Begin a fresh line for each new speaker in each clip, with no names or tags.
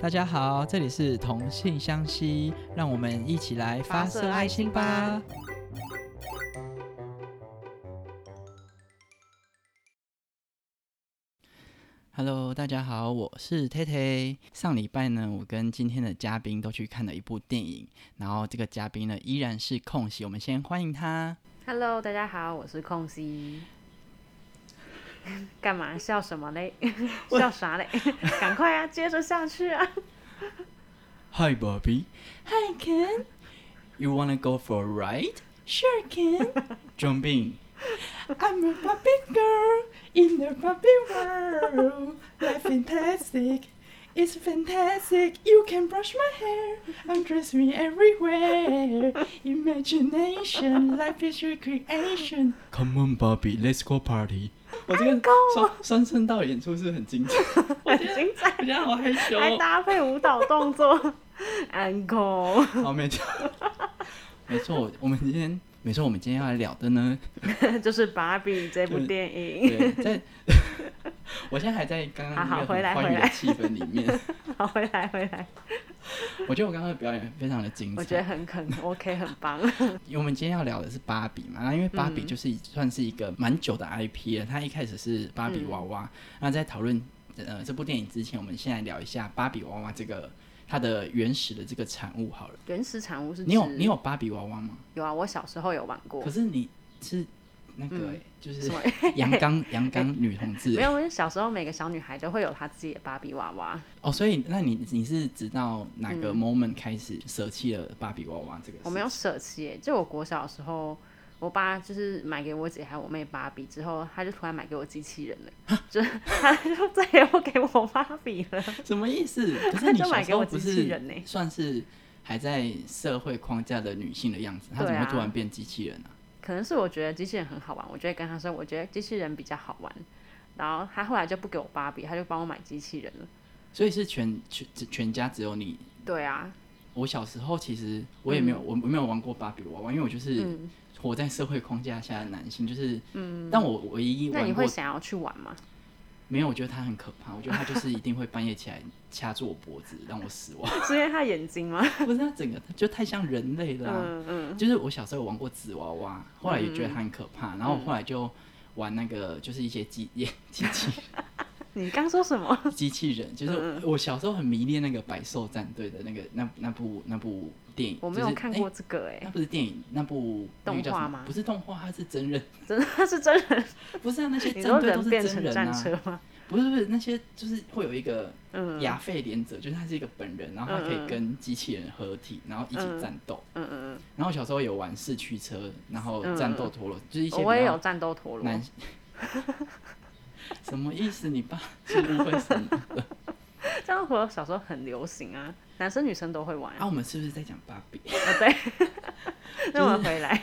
大家好，这里是同性相吸，让我们一起来发射爱心吧。Hello，大家好，我是 t 推。上礼拜呢，我跟今天的嘉宾都去看了一部电影，然后这个嘉宾呢依然是空隙，我们先欢迎他。
Hello，大家好，我是空西。 干嘛笑什么嘞？笑啥 嘞？赶快啊，接着下去啊！
Hi, Bobby. Hi, Ken. You wanna go for a ride? Sure, Ken. Jump in. I'm a puppet girl in the puppet world. Life fantastic. It's fantastic. You can brush my hair. I'm dressed me everywhere. Imagination, life is your creation. Come on, Bobby, let's go party. 我这个
go.
双双声道演出是很精 彩，
很精彩，
我觉得好害羞
还搭配舞蹈动作，Uncle。
好，哦没 错，没错。我我们今天，没错，我们今天要来聊的 呢，
就是《芭比》这部
对
电影。
对， 在，我现在还在刚刚
好
那
好
个
回
很
来
欢
回
愉的
来
气氛里 面，
好，回来回来，
我觉得我刚刚的表演非常的精
我觉得
彩。
很肯 OK，很棒。
我们今天要聊的是芭比嘛，那因为芭比
嗯
就是算是一个蛮久的 IP 了，它一开始是芭比娃
嗯
娃，那在讨论呃这部电影之前，我们先来聊一下芭比娃娃这个它的原始的这个产物好了。
原始产物是
你有
指
你有芭比娃娃吗？
有啊？我小时候有玩过
可，是你是那个、欸
嗯
就是
什么？
阳刚阳刚女同志
没有，我是小时候每个小女孩都会有她自己的芭比娃娃。
哦，所以那你你是直到哪个 moment 开始舍弃了芭比娃娃这个事？
嗯我没有舍弃耶，就我国小的时候，我爸就是买给我姐还有我妹芭比之后，他就突然买给我机器人了，就是他就再也不给我芭比了。
什么意 思？可是你
就买
小时
给
候
我
不
机器
是
人欸呢
算是还在社会框架的女性的样子，她怎么
对
会
啊
突然变机器人呢、
可能是我觉得机器人很好玩，我就会跟他说，我觉得机器人比较好玩。然后他后来就不给我芭比，他就帮我买机器人了。
所以是全全全家只有你。
对啊，
我小时候其实我也没有、我我没有玩过芭比娃娃，因为我就是
嗯，
活在社会框架下的男性，就是嗯，但我唯一
那你
玩
会
过
想要去玩吗？
没有，我觉得他很可怕，我觉得他就是一定会半夜起来掐住我脖子让我死亡，
是因为他眼睛吗？
不是他整个就太像人类了啊、
嗯嗯，
就是我小时候有玩过纸娃娃，后来也觉得它很可怕，然后我后来就玩那个就是一些机 机器
你刚说什么？
机器人，
嗯
就是我小时候很迷恋那个百兽战队的那个那那部那部电影，
我没有
就是
看
诶
过这个哎、
那不是电影，那部那个叫什
动画
么
吗
不是动画，它是真人，
真的他是真人，
不是啊，那些
你
战
说
队都
人
是
变
真
成
人
战
啊，
车吗？
不是不是那些就是会有一个
嗯
亚费连者，就是他是一个本人，然后他可
嗯
以
嗯
跟机器人合体，然后一起
嗯
战斗。
嗯嗯嗯。
然后小时候有玩四驱车，然后
嗯
战斗陀螺，就是一些
我
比
也
较
有战斗陀螺，
男， 什么意思？你爸是误会什么？
战斗陀螺小时候很流行啊，男生女生都会玩。
啊，我们是不是在讲芭比？
啊对， 那我们回来，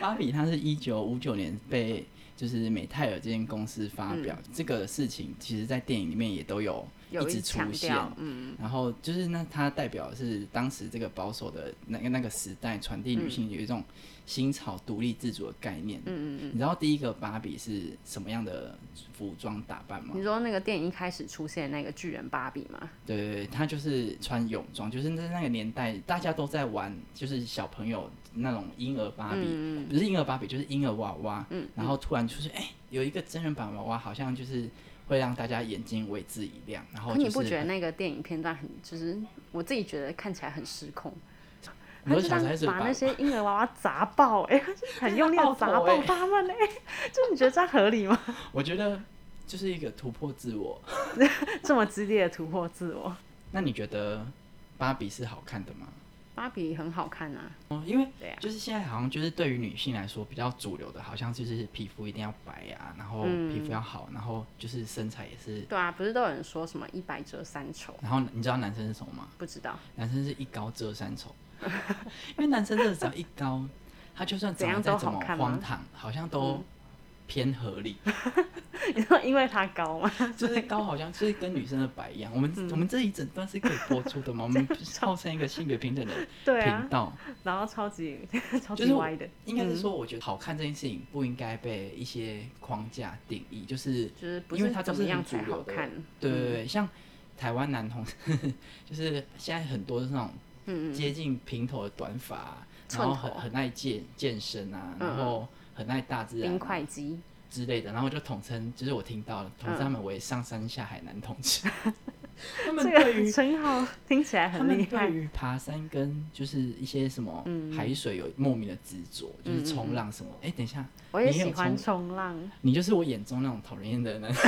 芭比它是一九五九年被就是美泰尔这间公司发表、这个事情，其实在电影里面也都有
嗯有
直
一
出
强
现。
调，嗯，
然后就是那它代表的是当时这个保守的那个那个时代传递女性有一种新潮独立自主的概念。嗯嗯嗯。你知道第一个芭比是什么样的服装打扮吗
你？说那个电影一开始出现那个巨人芭比吗？
对对对，她就是穿泳装，就是在那个年代大家都在玩，就是小朋友那种婴儿芭比，
嗯
不是婴儿芭比就是婴儿娃娃。
嗯
然后突然就是哎、有一个真人版娃娃，好像就是会让大家眼睛为之一亮。然后
可
哦就是
你不觉得那个电影片段很，就是我自己觉得看起来很失控，
你
他
说
就
小时候还
这
是
样把
把
那些婴儿娃娃砸爆、哎， 他就是很用力的砸
他爆头
爆
哎
他们、哎， 就你觉得这样合理吗？
我觉得就是一个突破自我。
这么激烈的突破自我，
那你觉得芭比是好看的吗？
芭比很好看啊，
哦，因为
对啊
就是现在好像就是对于女性来说比较主流的，好像就是皮肤一定要白啊，然后
嗯
皮肤要好，然后就是身材也是。
对啊，不是都有人说什么一百折三丑，
然后你知道男生是什么吗？
不知道
男生是一高遮三丑，因为男生真的只要一高，他就算长得再
怎
怎
样都
么
好看吗嗯
荒唐，好像都偏合 理。
你说因为他高吗？
就是高好像就是跟女生的白一样。我们、我们这一整段是可以播出的吗？我们不是号称一个性别平等的
对啊
频，道，
然后 超级超
就
级
是我
歪的，
应该是说，我觉得好看这件事情不应该被一些框架定义，就是
就是不
因为
是
它
怎
就
么
是
样
很主
才
流
好
的
看。嗯
对对对，像台湾男同， 就是现在很多是那种
嗯嗯，
接近平头的短发啊、
寸
然后
头
很很爱健健身啊，
嗯
然后很爱大自然
冰
啊
块嗯肌，
之类的，然后就统称，就是我听到了，统称他们为上山下海男同志。 他们
这
对
个
于
称号听起来
他
很厉
们
害
对。于爬山跟就是一些什么
嗯
海水有莫名的执着，就
嗯嗯
是冲浪什么。哎、等一下，
我也
你有
喜欢
冲
冲浪，
你就是我眼中那种讨人厌的人。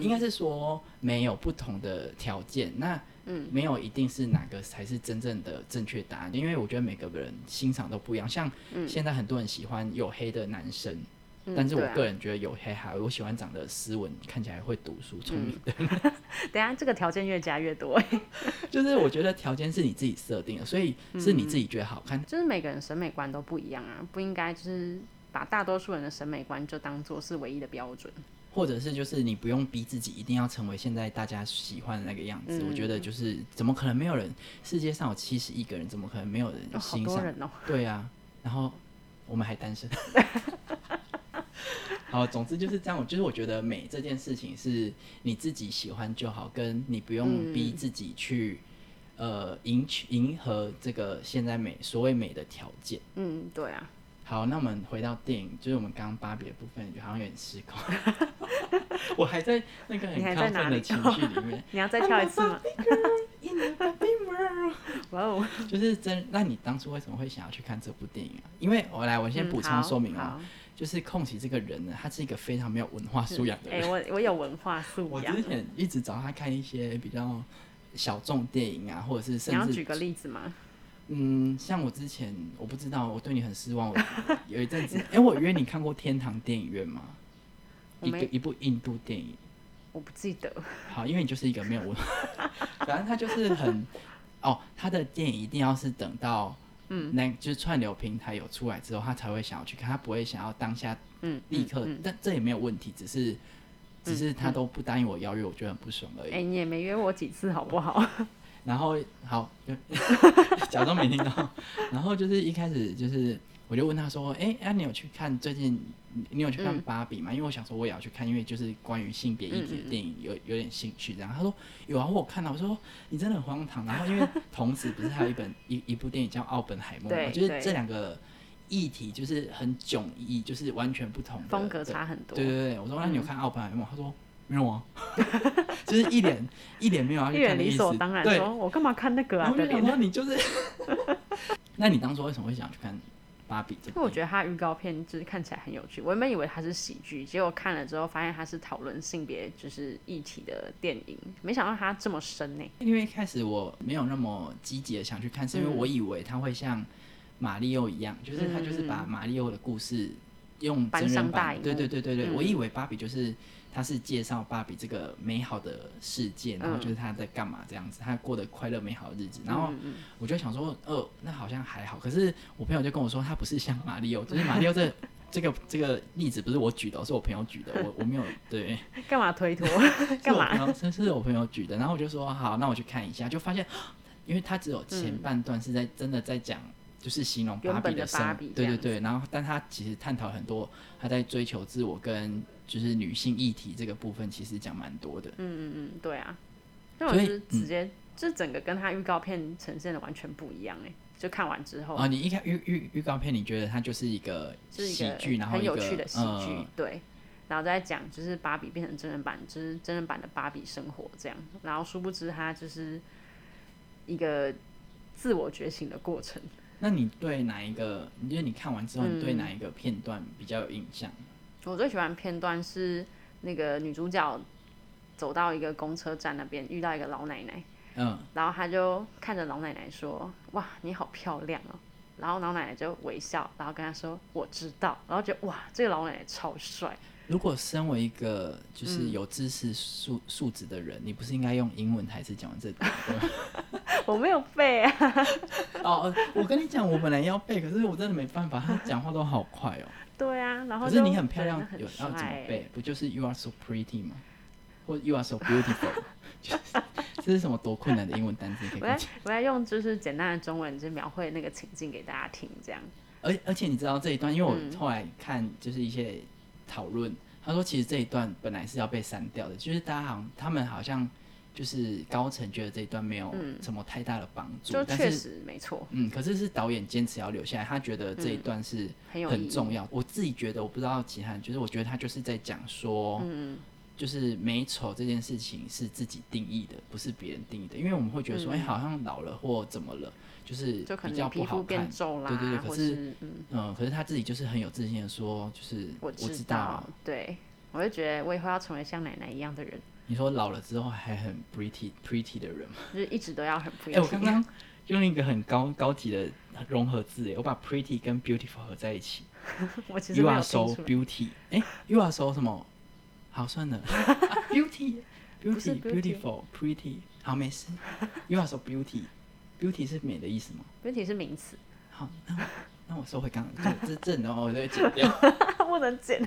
应该是说没有不同的条件，那
嗯
没有一定是哪个才是真正的正确答案，因为我觉得每个人欣赏都不一样。像
嗯
现在很多人喜欢黝黑的男生，
嗯
但是
对
我
啊
个人觉得黝黑还好，我喜欢长得斯文、看起来会读书、聪
嗯
明的。
等一下这个条件越加越多，
就是我觉得条件是你自己设定的，所以是你自己觉得好看。
就是每个人审美观都不一样啊，不应该就是把大多数人的审美观就当做是唯一的标准。
或者是就是你不用逼自己一定要成为现在大家喜欢的那个样子，
嗯
我觉得就是怎么可能没有人？世界上有七十亿个人，怎么可能没有
有
人
好
欣
多
赏？
人哦，
对啊，然后我们还单 身。好，总之就是这样。我就是我觉得美这件事情是你自己喜欢就好，跟你不用逼
嗯
自己去、呃迎迎合这个现在美所谓美的条件。
嗯，对啊，
好，那我们回到电影，就是我们刚刚芭比的部分，好像有点失 控。我还在那个很
你还在
亢
哪
奋
里
的情绪里面。
你要再跳一次吗？
啊
哇哦，
就是真，那你当初为什么会想要去看这部电影啊？因为我来，我先
嗯
补
好
充说明啊，
好
就是空奇这个人呢，他是一个非常没有文化素养的
哎、
人。
我我有文化素
我
养
之，前一直找他看一些比较小众电影啊，或者是
你要
甚
举
至
个例子吗？
嗯，像我之前我不知道，我对你很失望。我 有一阵子，哎、我约你看过《天堂电影院》吗？
我
一个
没
一部印度电影。
我不记得，
好，因为你就是一个没有文化， 反正他就是很哦，他的电影一定要是等到
嗯
那就是串流平台有出来之后，他才会想要去看，他不会想要当下
嗯，
立刻，
嗯嗯嗯
但这也没有问题，只是只是他都不答应我邀约，我觉得很不爽而
哎、
已。
你也没约我几次好不好？
然后好， 就假装没听 到。然后就是一开始就是，我就问他说：“哎、那、你有去看最近你你有去看
嗯
芭比吗？”因为我想说我也要去看，因为就是关于性别议题
嗯嗯嗯
的电影有有点兴趣。然后他说：“有啊，我有看到。”我说：“你真的很荒唐。”然啊后因为同时不是还有一本 一一部电影叫《奥本海默》
对
嘛，就是
对
这两个议题就是很迥异，就是完全不同的
风格
的
差很多嗯
对，对对，我说那你有看奥本海默？他说没有啊， 就是一脸一脸没有要
一
去看
脸
的意
理
思。
所当然
对，
说，我干嘛看那个
然
啊
后我
的
就想
脸？
说你就是， 那你当初为什么会想去看芭比这
因
部
为我
电
觉得它预告片就是看起来很有趣，我原本以为它是喜剧，结果看了之后发现它是讨论性别就是议题的电影，没想到它这么深呢、
影？因为一开始我没有那么积极的想去看，是因为
嗯
我以为他会像马里奥一样，就是他就是把马里奥的故事用
嗯搬
真
上
人
大
版
荧，
对对
幕
对对对，
嗯
我以为芭比就是他是介绍芭比这个美好的世界，然后就是他在干嘛这样子，他过得快乐美好的日子，然后
嗯嗯
我就想说，呃，那好像还好。可是我朋友就跟我说，他不是像马里奥，就是马里奥这 这个这个例子不是我举的哦，是我朋友举的，我我没有对，
嗯干嘛推脱？
是
干
我
嘛？
朋友是是我朋友举的。然后我就说好，那我去看一下，就发现，因为他只有前半段是在、真的在讲。就是形容芭
嗯原本
比
的
生
芭比
对
这
对
样
对，然后但他其实探讨很多，他在追求自我跟就是女性议题这个部分，其实讲蛮多的。
嗯嗯嗯，对啊。那我
所
就
以
是直接，就整个跟它预告片呈现的完全不一样哎、就看完之后，
啊，你一开预预预告片，你觉得它就是一个
就是一
喜剧，
个
然后
很
一
有
个
趣的喜剧，
呃
对。然后再讲就是芭比变成真人版，就是真人版的芭比生活这样。然后殊不知它就是一个自我觉醒的过程。
那你对哪一个？因为你看完之后，
嗯
你对哪一个片段比较有印象？
我最喜欢的片段是那个女主角走到一个公车站那边，遇到一个老奶奶，
嗯，
然后她就看着老奶奶说：“哇，你好漂亮哦。”然后老奶奶就微笑，然后跟她说：“我知道。”然后觉得哇，这个老奶奶超帅。
如果身为一个就是
嗯
有知识素素质的人，你不是应该用英文台词讲完这 段？
我没有背啊，
哦，我跟你讲，我本来要背，可是我真的没办法，他讲话都好快哦。
对啊，然后
可
就是
你很漂亮
觉得，很
有
帅
要怎么
欸
背？不就是 You are so pretty 吗？或 You are so beautiful？就是 这是什么多困难的英文单词？你可以
我
跟我
在
讲。
我在用就是简单的中文就描绘那个情境给大家听，这样。
而而且你知道这一段，因为
嗯
我后来看就是一些讨论，他说其实这一段本来是要被删掉的，就是大家好像他们好像就是高层觉得这一段没有
嗯
什么太大的帮助，
就
但
确
是
实没错，
嗯，可是是导演坚持要留下来，他觉得这一段是
很有意
很
义。
重要。我自己觉得，我不知道其他人，就是我觉得他就是在讲说，
嗯，
就是美丑这件事情是自己定义的，不是别人定义的，因为我们会觉得说，哎、好像老了或怎么了，就是
嗯就可
比
能
较
你
不
皮
好
肤
看
变。皱啦，
对对对可
或
是
是嗯，
嗯，可是他自己就是很有自信的说，就是
知
知
道，对我就觉得我以后要成为像奶奶一样的人，
你说老了之后还很 pretty pretty 的人吗？
就是一直都要很不
哎、
一样。
我刚刚用一个很高高级的融合字，哎，我把 pretty 跟 beautiful 合在一起。
我其实
You
没有
are
听
so
出来，
beauty，哎、y o u are so 什么？好，算了、啊、，beauty
不是
beauty
beauty
beautiful pretty，好，没事。You are so beauty，beauty 是美的意思吗？
问题是名词，
好，那我那我收回刚刚这这这然后我就会剪掉。
不能剪。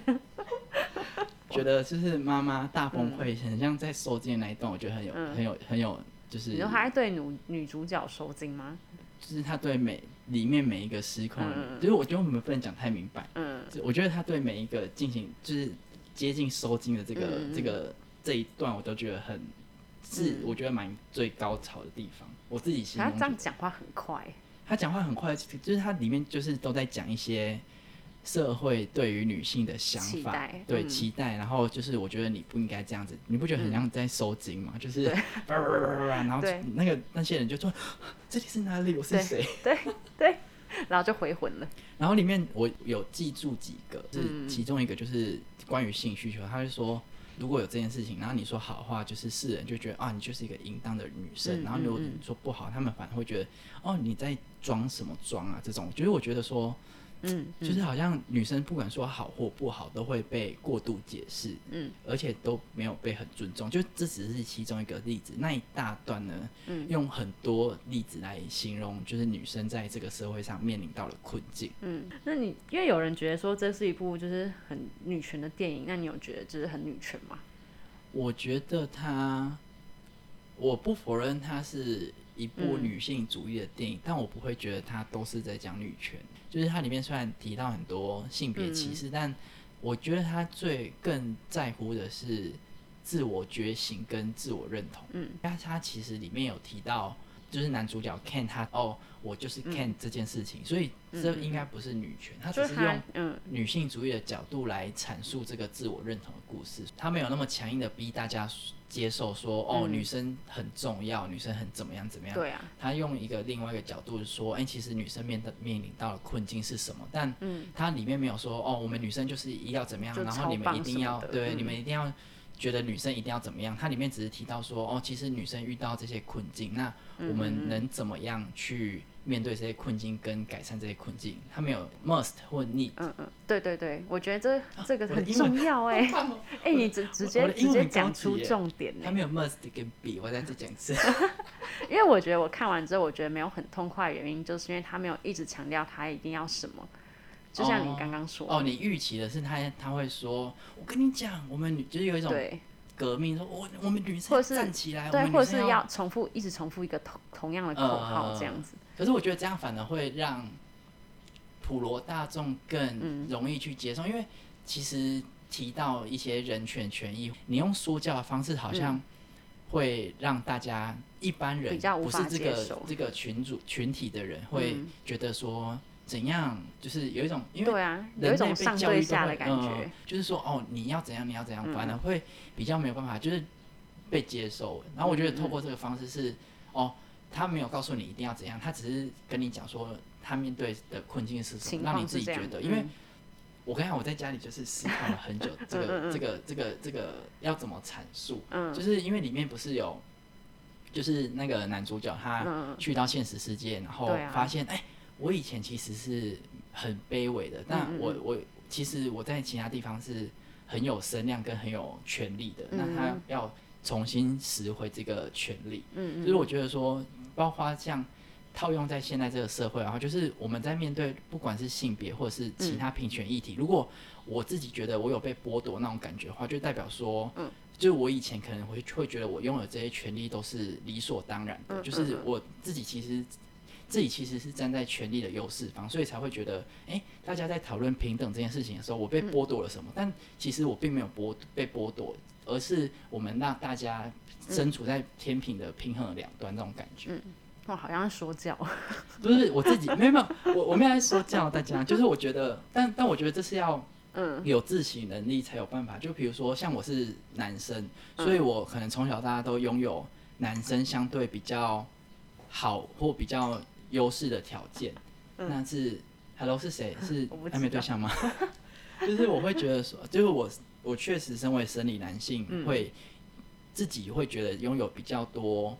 觉得就是妈妈大崩溃，很像在收件那一段，我觉得很有、
嗯
很有很有，就是
你说他在对女女主角收金吗？
就是他对每里面每一个失控，
嗯
就是我觉得我们不能讲太明白，
嗯，
就我觉得他对每一个进行就是接近收金的这个、
嗯嗯嗯
这个这一段，我都觉得很是、
嗯
我觉得蛮最高潮的地方。我自己心
他
中
这
觉得
样讲话很快，
他讲话很快，就是他里面就是都在讲一些社会对于女性的想
期
法
待，
对、
嗯
期待，然后就是我觉得你不应该这样子，你不觉得很像在收金吗？就是， 然后
对
那个那些人就说 这里是哪里，我是
对
谁？
然后就回魂了。
然后里面我有记住几个，是
嗯
其中一个就是关于性需求，他就说。如果有这件事情，然后你说好的话，就是世人就觉得啊，你就是一个淫荡的女生。
嗯
然后如果
嗯
你
嗯
说不好，他们反而会觉得哦，你在装什么装啊？这种，就是我觉得说，
嗯，嗯
就是好像女生不管说好或不好，都会被过度解释，
嗯，
而且都没有被很尊重。就这只是其中一个例子，那一大段呢，
嗯
用很多例子来形容，就是女生在这个社会上面临到了困境。
嗯，那你因为有人觉得说这是一部就是很女权的电影，那你有觉得就是很女权吗？
我觉得它，我不否认它是一部
嗯
女性主义的电影，但我不会觉得它都是在讲女权。就是它里面虽然提到很多性别歧
嗯
视，但我觉得它最更在乎的是自我觉醒跟自我认同。
嗯，
但它其实里面有提到，就是男主角 Ken 他哦，我就是 Ken 这件事情，所以这
嗯嗯嗯
应该不是女权，他
就
只
是
是用
他嗯
女性主义的角度来阐述这个自我认同的故事，他没有那么强硬的逼大家接受说哦，
嗯
女生很重要，女生很怎么样怎么样。
对啊，
他用一个另外一个角度说，哎、其实女生面的面临到的困境是什么？但
嗯
它里面没有说哦，我们女生就是一定要怎么样，
就
然后
超
你们
棒
一定
什么
要
的
对，
嗯
你们一定要觉得女生一定要怎么样。它里面只是提到说哦，其实女生遇到这些困境，那我
嗯
们能怎么样去面对这些困境跟改善这些困境？它没有 must 或 need。
嗯嗯，对对对，我觉得这这个
啊我的
很
英文
重要 哎、
棒哦
哎、你直直
我
接
的英
直
文
接
很高
讲
级
出
耶
重点呢、
它没有 must 跟 be，我再再讲一次。
因为我觉得我看完之后，我觉得没有很痛快的原因，就是因为他没有一直强调他一定要什么，就像
哦
你刚刚说的，
哦，你预期的是他他会说，我跟你讲，我们女就是有一种
对
革命，说哦我我们女生
或者是
站起来，我
对，
们
或
女
者
生嗯
是要重复一直重复一个同同样的口号这样子，
可是我觉得这样反而会让普罗大众
嗯
更容易去接受，因为其实提到一些人权权益，你用说教的方式，好像会让大家一般人
嗯比较无
不
法
是这
接
个
受
这个群主群体的人会
嗯
觉得说怎样，就是有一种因为
对啊，有
人类
一种
被
上
教育
对
都
下
会
的感
嗯
觉，
就是说哦，你要怎样，你要怎样，
嗯
反而会比较没有办法，就是被接受。然后我觉得透过这个方式是，哦，他没有告诉你一定要怎样，他只是跟你讲说他面对的困境是什
情
么，让你
况
自己
是这样
觉，得。
嗯
因为我刚才我在家里就是思考了很久，这
嗯
个
嗯
这个这个这个要怎么阐述，
嗯
就是因为里面不是有，就是那个男主角他。
嗯
去到现实世界，然后
对啊
发现，哎、我以前其实是很卑微的，但
嗯嗯
我我其实我在其他地方是很有声量跟很有权利的，那
嗯
他要重新拾回这个权利，
嗯
就是我觉得说，包括像。套用在现在这个社会，然后就是我们在面对不管是性别或者是其他平权议题，如果我自己觉得我有被剥夺那种感觉的话，就代表说，
嗯
就是我以前可能会会觉得我拥有这些权利都是理所当然的，
嗯
就是
嗯嗯
我自己其实自己其实是站在权利的优势方，所以才会觉得，哎、大
嗯
家在讨论平等这件事情的时候，我被剥夺了什么？但其实我并没有剥被剥夺，而是我们让大家
嗯
身处在天平的平衡的两端这种感觉。
哇，哦好像说教，
不是我自己，没有没有，我我没有在说教大家，就是我觉得，但但我觉得这是要
嗯
有自省能力才有办法。就比如说，像我是男生，所
嗯
以我可能从小到大都拥有男生相对比较好或比较优势的条件。
嗯
那是 Hello 是 谁？是
我不知道
暧昧对象吗？ 就是我会觉得说，就是我我确实身为生理男性，
嗯
会自己会觉得拥有比较多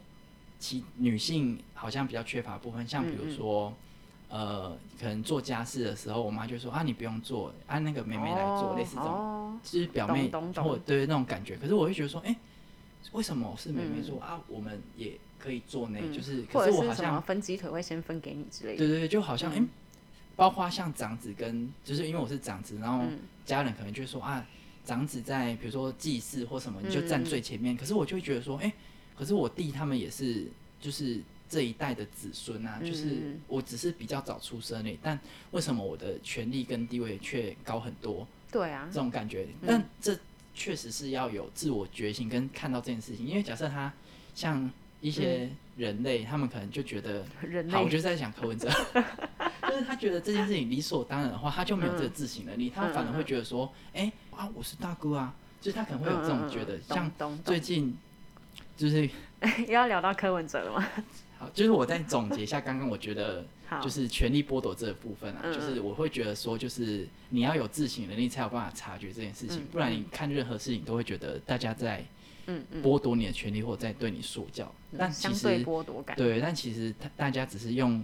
其女性好像比较缺乏的部分，像比
嗯
如
嗯
说。呃，可能做家事的时候，我妈就说啊，你不用做，啊那个妹妹来做，
哦
类似这种，
哦
就是表妹
懂懂懂
或对那种感觉。可是我会觉得说，哎、为什么是妹妹做、啊？我们也可以做呢，
嗯
就是可
或
是
者
我
是
好
什么
像
分鸡腿会先分给你之类的，
对对对，就好像
嗯
哎、诶包括像长子跟，就是因为我是长子，然后
嗯
家人可能就会说啊，长子在比如说祭祀或什么，你就
嗯
站
嗯
最前面。可是我就会觉得说，哎、可是我弟他们也是，就是这一代的子孙啊，
嗯
就是
嗯
我只是比较早出生嘞，但为什么我的权利跟地位却高很多？
对啊
这，种感觉，但这确实是要有自我觉醒跟看到这件事情，因为假设他像一些
嗯
人类，他们可能就觉得
人
好，我
类
就是在想柯 文哲，就是他觉得这件事情理所当然的话，他就没有这
嗯
个自省能力，他反而会觉得说，哎、啊，我是大哥啊，就是他可能会有这种觉得。
嗯嗯嗯
像
懂懂
最近，就是
懂，又 要聊到柯文哲了吗？
好，就是我再总结一下刚刚我觉得
好，
就是权力剥夺这部分啊，
嗯嗯
就是我会觉得说，就是你要有自省能力，才有办法察觉这件事情，
嗯
不然你看任何事情都会觉得大家在
嗯嗯，
剥夺你的权利，或者在对你说教。但其
相对
实
剥夺感，
对，但其实他大家只是用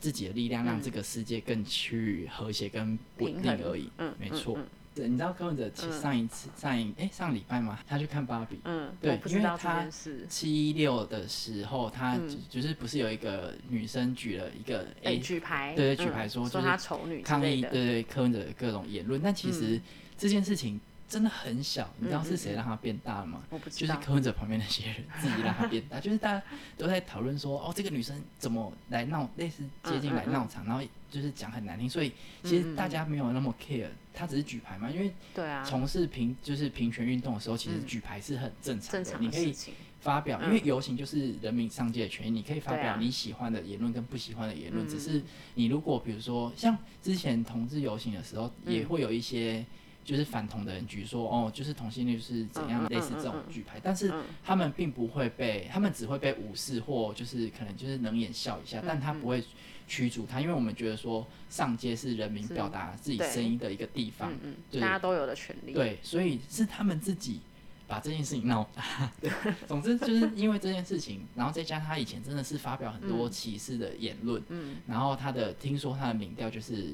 自己的力量让这个世界更去和谐跟稳
嗯平
定
衡
而已。
嗯，
没
嗯
错
嗯
对，你知道柯文哲其实
嗯
上一次、上一哎、上礼拜嘛，他去看芭比。
嗯，
对
我不
因
知
为
道这
他
件事，哎
七六的时候，他
嗯
就就是不是有一个女生举了一个 A
哎，举牌，
对
嗯
举牌说就
说
是
他丑女之
抗
类
议
的
对，对柯文哲的各种言论，但其实这件事情真的很小，你知道
嗯
是
嗯
谁
嗯
让它变大吗？
我不
就是
知道，
柯文哲旁边那些人自己让它变 大，就是大家都在讨论说，哦，这个女生怎么来闹，类似接近
嗯嗯
来
嗯
闹场，然后就是讲很难听，所以其实
嗯嗯
大家没有那么 care，她只是举牌嘛，因为
对啊，
从事平就是平权运动的时候，其实
嗯
举牌是很正常
正
的，
常
你
的
可
事
以
情，
发表，因
嗯
为游行就是人民上街的权益，你可以发
对
表
啊
你喜欢的言论跟不喜欢的言论。
嗯
只是你如果比如说像之前同志游行的时候，
嗯
也会有一些就是反同的人举说哦，就是同性恋是怎样
嗯嗯
类似这种
嗯嗯
举牌，但是
嗯
他们并不会被，他们只会被无视或就是可能就是冷眼笑一
嗯
下，但他不会驱逐他，因为我们觉得说上街是人民
是
表达自己
对
声音的一个地方
嗯，嗯，
对
大家都有的权利，
对，所以是他们自己把这件事情闹大。 对，总之就是因为这件事情，然后再加上他以前真的是发表很多歧视的言论，
嗯，
然后他的听说他的民调就是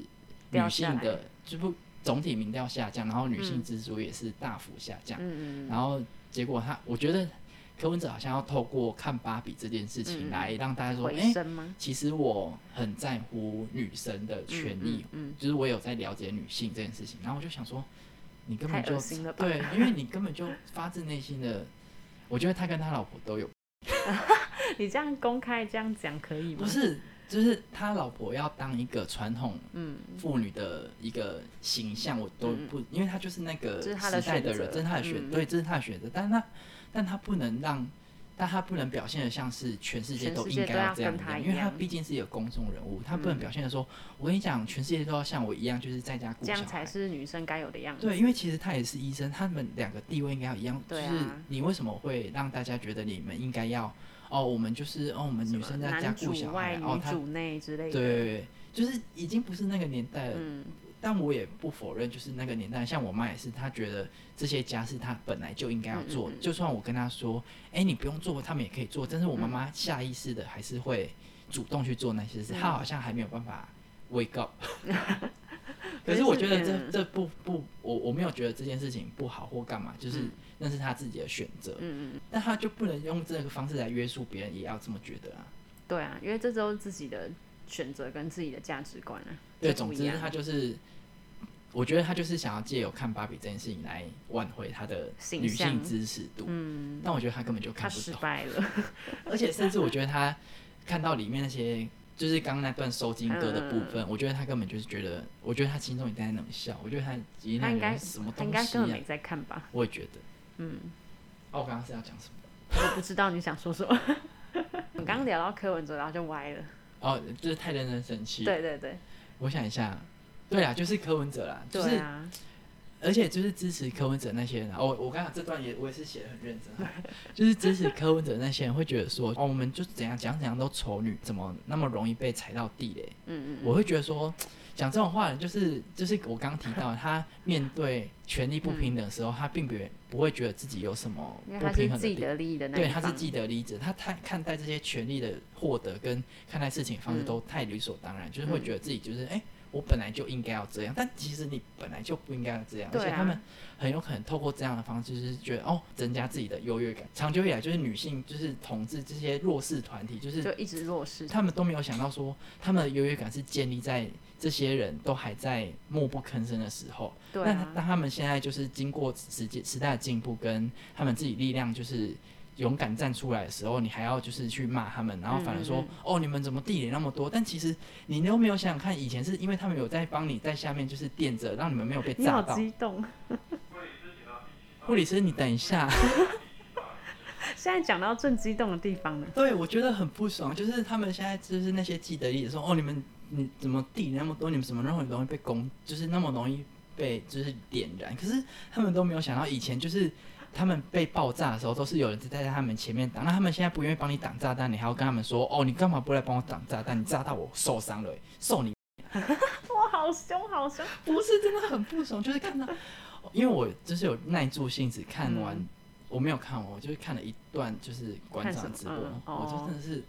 掉
女
下
性
来
的就不总体民调下降，然后女性
嗯
支出也是大幅下降，
嗯嗯嗯，
然后结果他我觉得柯文哲好像要透过看芭比这件事
嗯
情
嗯
来让大家说，哎、
回声吗？
其实我很在乎女生的
嗯
权利，，
嗯
就是我有在了解女性这件事情，然后我就想说，你根本
太
就
恶心了吧
对，因为你根本就发自内心的，我觉得他跟他老婆都有，
嗯， 你这样公开这样讲可以吗？
不，是，就是他老婆要当一个传统
嗯，
妇女的一个形象，我都
嗯嗯
不，因为他就是那个
这是他
时
的
代
选择
的人，这是他的选，
嗯
对，这是他的选择，但他但他不能让。但他不能表现的像是全世界
全
都
世
应
界
该
都
要
要
这样
跟他
一样
一
因为他
样
毕竟是一个公众人物，他不能
嗯
表现的说，我跟你讲，全世界都要像我一样，就是在家顾
这
小
样
孩
才。是女生该有的样子，
对，因为其实他也是医生，他们两个地位应该要一样。
对啊
就是你为什么会让大家觉得你们应该要哦，我们就是哦，我们
什
女
么
生在家
男
顾
主
小
外
孩哦
女，
他
主内之类的，
对，就是已经不是那个年代了。
嗯，
但我也不否认，就是那个年代，像我妈也是，她觉得这些家事她本来就应该要做。
嗯嗯嗯
就算我跟她说，哎、你不用做，他们也可以做，但是我妈妈下意识的还是会主动去做那些事，
嗯
她好像还没有办法 wake up。可
可
是
是
我觉得这
嗯
这不不，我我没有觉得这件事情不好或干嘛，就是
嗯
那是她自己的选择，
嗯嗯嗯，
但她就不能用这个方式来约束别人，也要这么觉得啊。
对啊，因为这都是自己的选择跟自己的价值观啊，
对，
这
总
不一
之
样
他就是，我觉得他就是想要借由看芭比这件事情来挽回他的
形
女性
象
支持度，
嗯，
但我觉得他根本就
他
看不
失
懂，
败了，
而且甚至我觉得他看到里面那些。就是刚刚那段收金歌的部
嗯
分，我觉得他根本就是觉得，我觉得他心中一定在冷笑，我觉得他已经
他应
在
该
什么
他
东
应该
西
根
啊
本没在看吧？
我也觉得，
嗯，
哦，我刚刚是要讲什么？
我不知道你想说 什么。我刚聊到柯文哲，然后就歪了。
哦，就是太认真生气。
对对对，
我想一下，对啦，就是柯文哲啦，就是、
对啊，
而且就是支持柯文哲那些人、啊，哦，我我刚才这段也我也是写的很认真啊， 就是支持柯文哲那些人会觉得说，哦，我们就是怎样讲怎样都丑女，怎么那么容易被踩到地雷？
嗯嗯嗯，
我会觉得说，讲这种话的人就是就是我刚提到的，他面对权力不平等的时候，他并不不会觉得自己有什么
因为
不
他
平
是
衡
自
的
己
地。
的利益的那一
对，
方，
他是既得利益者，他太看待这些权利的获得跟看待事情的
嗯
方式都太理所当然，就是会觉得自己就是哎、诶我本来就应该要这样，但其实你本来就不应该要这样，而
对
且
啊
他们很有可能透过这样的方式，就是觉得哦，增加自己的优越感。长久以来，就是女性就是统治这些弱势团体，就是
就一直弱势。
他们都没有想到说，他们的优越感是建立在这些人都还在默不吭声的时候。
对
那
啊
那，他们现在就是经过时间时代的进步，跟他们自己力量就是勇敢站出来的时候，你还要就是去骂他们，然后反而说、
嗯嗯
哦你们怎么地雷那么多？但其实你都没有想想看，以前是因为他们有在帮你在下面就是垫着，让你们没有被
你
炸
好
到。
激动，
护理师，你等一下。
现在讲到正激动的地方了。
对，我觉得很不爽，就是他们现在就是那些既得利益者说，哦，你们你怎么地那么多，你们怎么那么容易被攻，就是那么容易被就是点燃。可是他们都没有想到，以前就是他们被爆炸的时候，都是有人在在他们前面挡，那他们现在不愿意帮你挡炸弹，你还要跟他们说，哦，你干嘛不来帮我挡炸弹？你炸到我受伤了、欸，受你
哇，好凶，好凶！
不是真的很不爽，就是看到， 因为我就是有耐住性子看完，
嗯
我没有看完，我就是看了一段就是馆长直播，
看什么嗯
我就
哦
真的是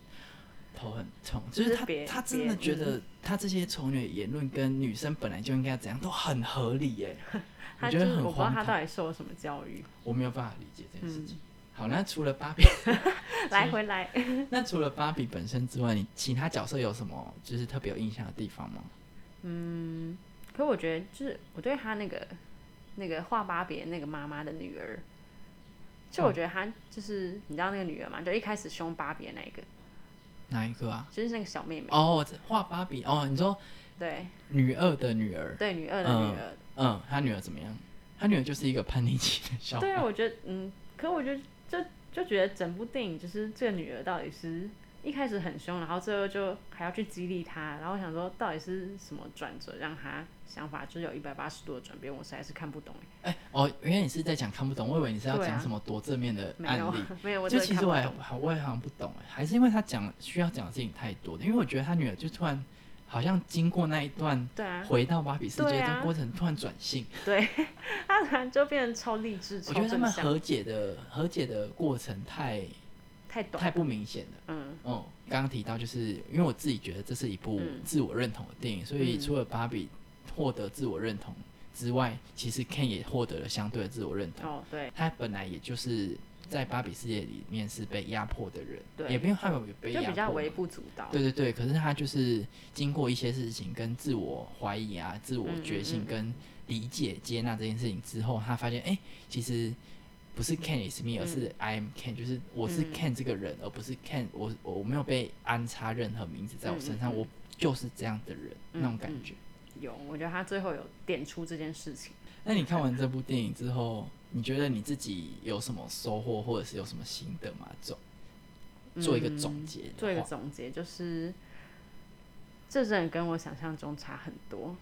头很痛，就
就是是
他
别
他真的
别嗯
觉得他这些丑女的言论跟女生本来就应该怎样都很合理耶、我
他
觉
就
得
是
很
我不知道
荒
他
唐，
到底受了什么教育。
我没有办法理解这件事
嗯
情。好，那除了芭比，
来回来，
那除了芭比本身之外，你其他角色有什么就是特别有印象的地方吗？
嗯，可我觉得就是我对他那个那个画芭比的那个妈妈的女儿，就我觉得他就是、你知道那个女儿嘛，就一开始凶芭比的那一个，
哪一个啊？
就是那个小妹妹，
哦，我知画芭比哦，你说
对
女二的女儿，
对，女二的女儿，
嗯，他女儿怎么样？他女儿就是一个叛逆期的小
对
孩，
啊，我觉得嗯，可我觉得就就觉得整部电影就是这个女儿到底是一开始很凶，然后最后就还要去激励她，然后我想说到底是什么转折让她想法就是有一百八十度的转变，我实在是看不懂欸
哎、哦，原来你是在讲看不懂，我以为你是要
对啊
讲什么多正面的
没
案
有
例。
没有，我
就
真
其
的看
实
不
我也
懂。
好我也好像不懂哎，还是因为他讲需要讲的事情太多的，因为我觉得他女儿就突然好像经过那一段
对啊，
回到芭比世界
对啊
的过程，突然转性。
对，他突然就变成超励志、
我觉
超
得他
正
们
向，
和解的和解的过程太
太短。
太不明显了。
嗯，
哦，刚刚提到，就是因为我自己觉得这是一部
嗯
自我认同的电影，所以
嗯
除了芭比获得自我认同之外，其实 Ken 也获得了相对的自我认同。
哦，对，
他本来也就是在芭比世界里面是被压迫的人，
对
也不用他有被
就
压
比较
迫
微
嘛。
不足道。
对对对，可是他就是经过一些事情跟自我怀疑啊、自我觉
嗯嗯
醒
嗯
跟理解、接纳这件事情之后，他发现，哎、其实不是 Ken is me，而是 I am Ken，就是我是
嗯
Ken 这个人，而不是 Ken，我我没有被安插任何名字在我身上，
嗯嗯嗯
我就是这样的人，那种
嗯
感
嗯嗯
觉。
有，我觉得他最后有点出这件事情。
那你看完这部电影之后，你觉得你自己有什么收获，或者是有什么心得吗？总做一个总结的话、
做一个总结，就是这真的跟我想象中差很多。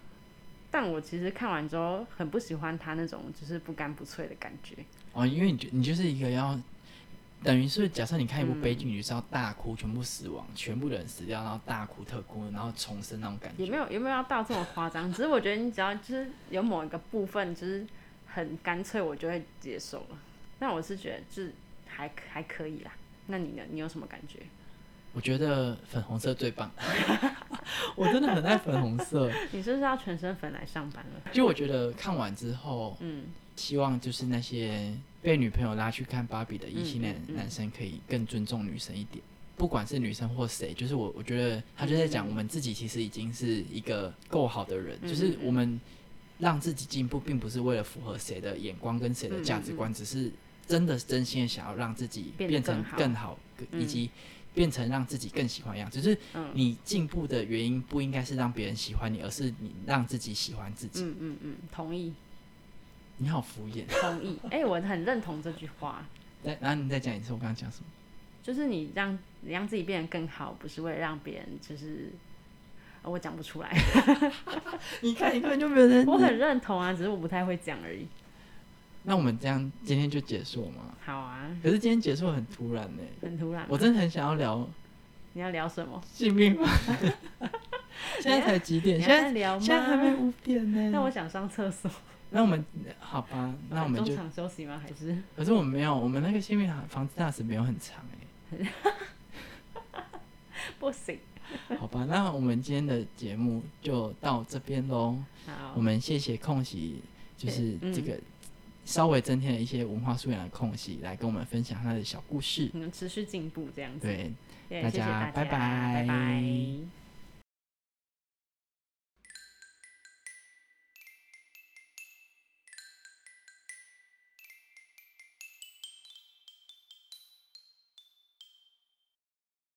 但我其实看完之后很不喜欢他那种就是不干不脆的感觉。
哦，因为你就你就是一个要，等于是假设你看一部
嗯
悲剧，你就是要大哭，全部死亡，全部的人死掉，然后大哭特哭，然后重生那种感觉。
也没有也没有要到这么夸 张，只是我觉得你只要就是有某一个部分就是很干脆，我就会接受了。那我是觉得就是还还可以啦。那你呢？你有什么感觉？
我觉得粉红色最棒， 我真的很爱粉红色。
你是不是要全身粉来上班了？
就我觉得看完之后，
嗯，
希望就是那些被女朋友拉去看芭比的异性恋
嗯嗯嗯
男生，可以更尊重女生一点。不管是女生或谁，就是我，我觉得他就在讲我们自己其实已经是一个够好的人，
嗯
就是我们让自己进步，并不是为了符合谁的眼光跟
嗯
谁的价值观，只是真的真心的想要让自己
变得
变成
更好
更好，
嗯
以及变成让自己更喜欢的样子。就是
嗯
你进步的原因不应该是让别人喜欢你，而是你让自己喜欢自己。
嗯嗯嗯，同意。
你好敷衍。
同意。 哎、我很认同这句话，
再，然后你再讲一次，我刚刚讲什么？
就是你让你让自己变得更好，不是为了让别人就是。呃我讲不出来，
你看，你根本就没有人
我很认同啊，只是我不太会讲而已。
那我们这样今天就结束嘛？
好啊，
可是今天结束很突然呢、
很突然。
我真的很想要聊
你要聊什么？
性病 吗？现在才几点？
你
现
还在
在
聊吗？
现在还没五点呢、
那我想上厕所，
那我们好吧，那我们
中
就
场休息吗？还 是
可是我们没有，我们那个性病房子大使没有很长哎、
不行？
好吧，那我们今天的节目就到这边喽。
好
我，们谢谢空隙，就是
嗯
这个稍微增添了一些文化素养的空隙，来跟我们分享他的小故事。
你们持续进步这样子。
对，
耶
大
谢谢
家
大
拜
拜
拜
拜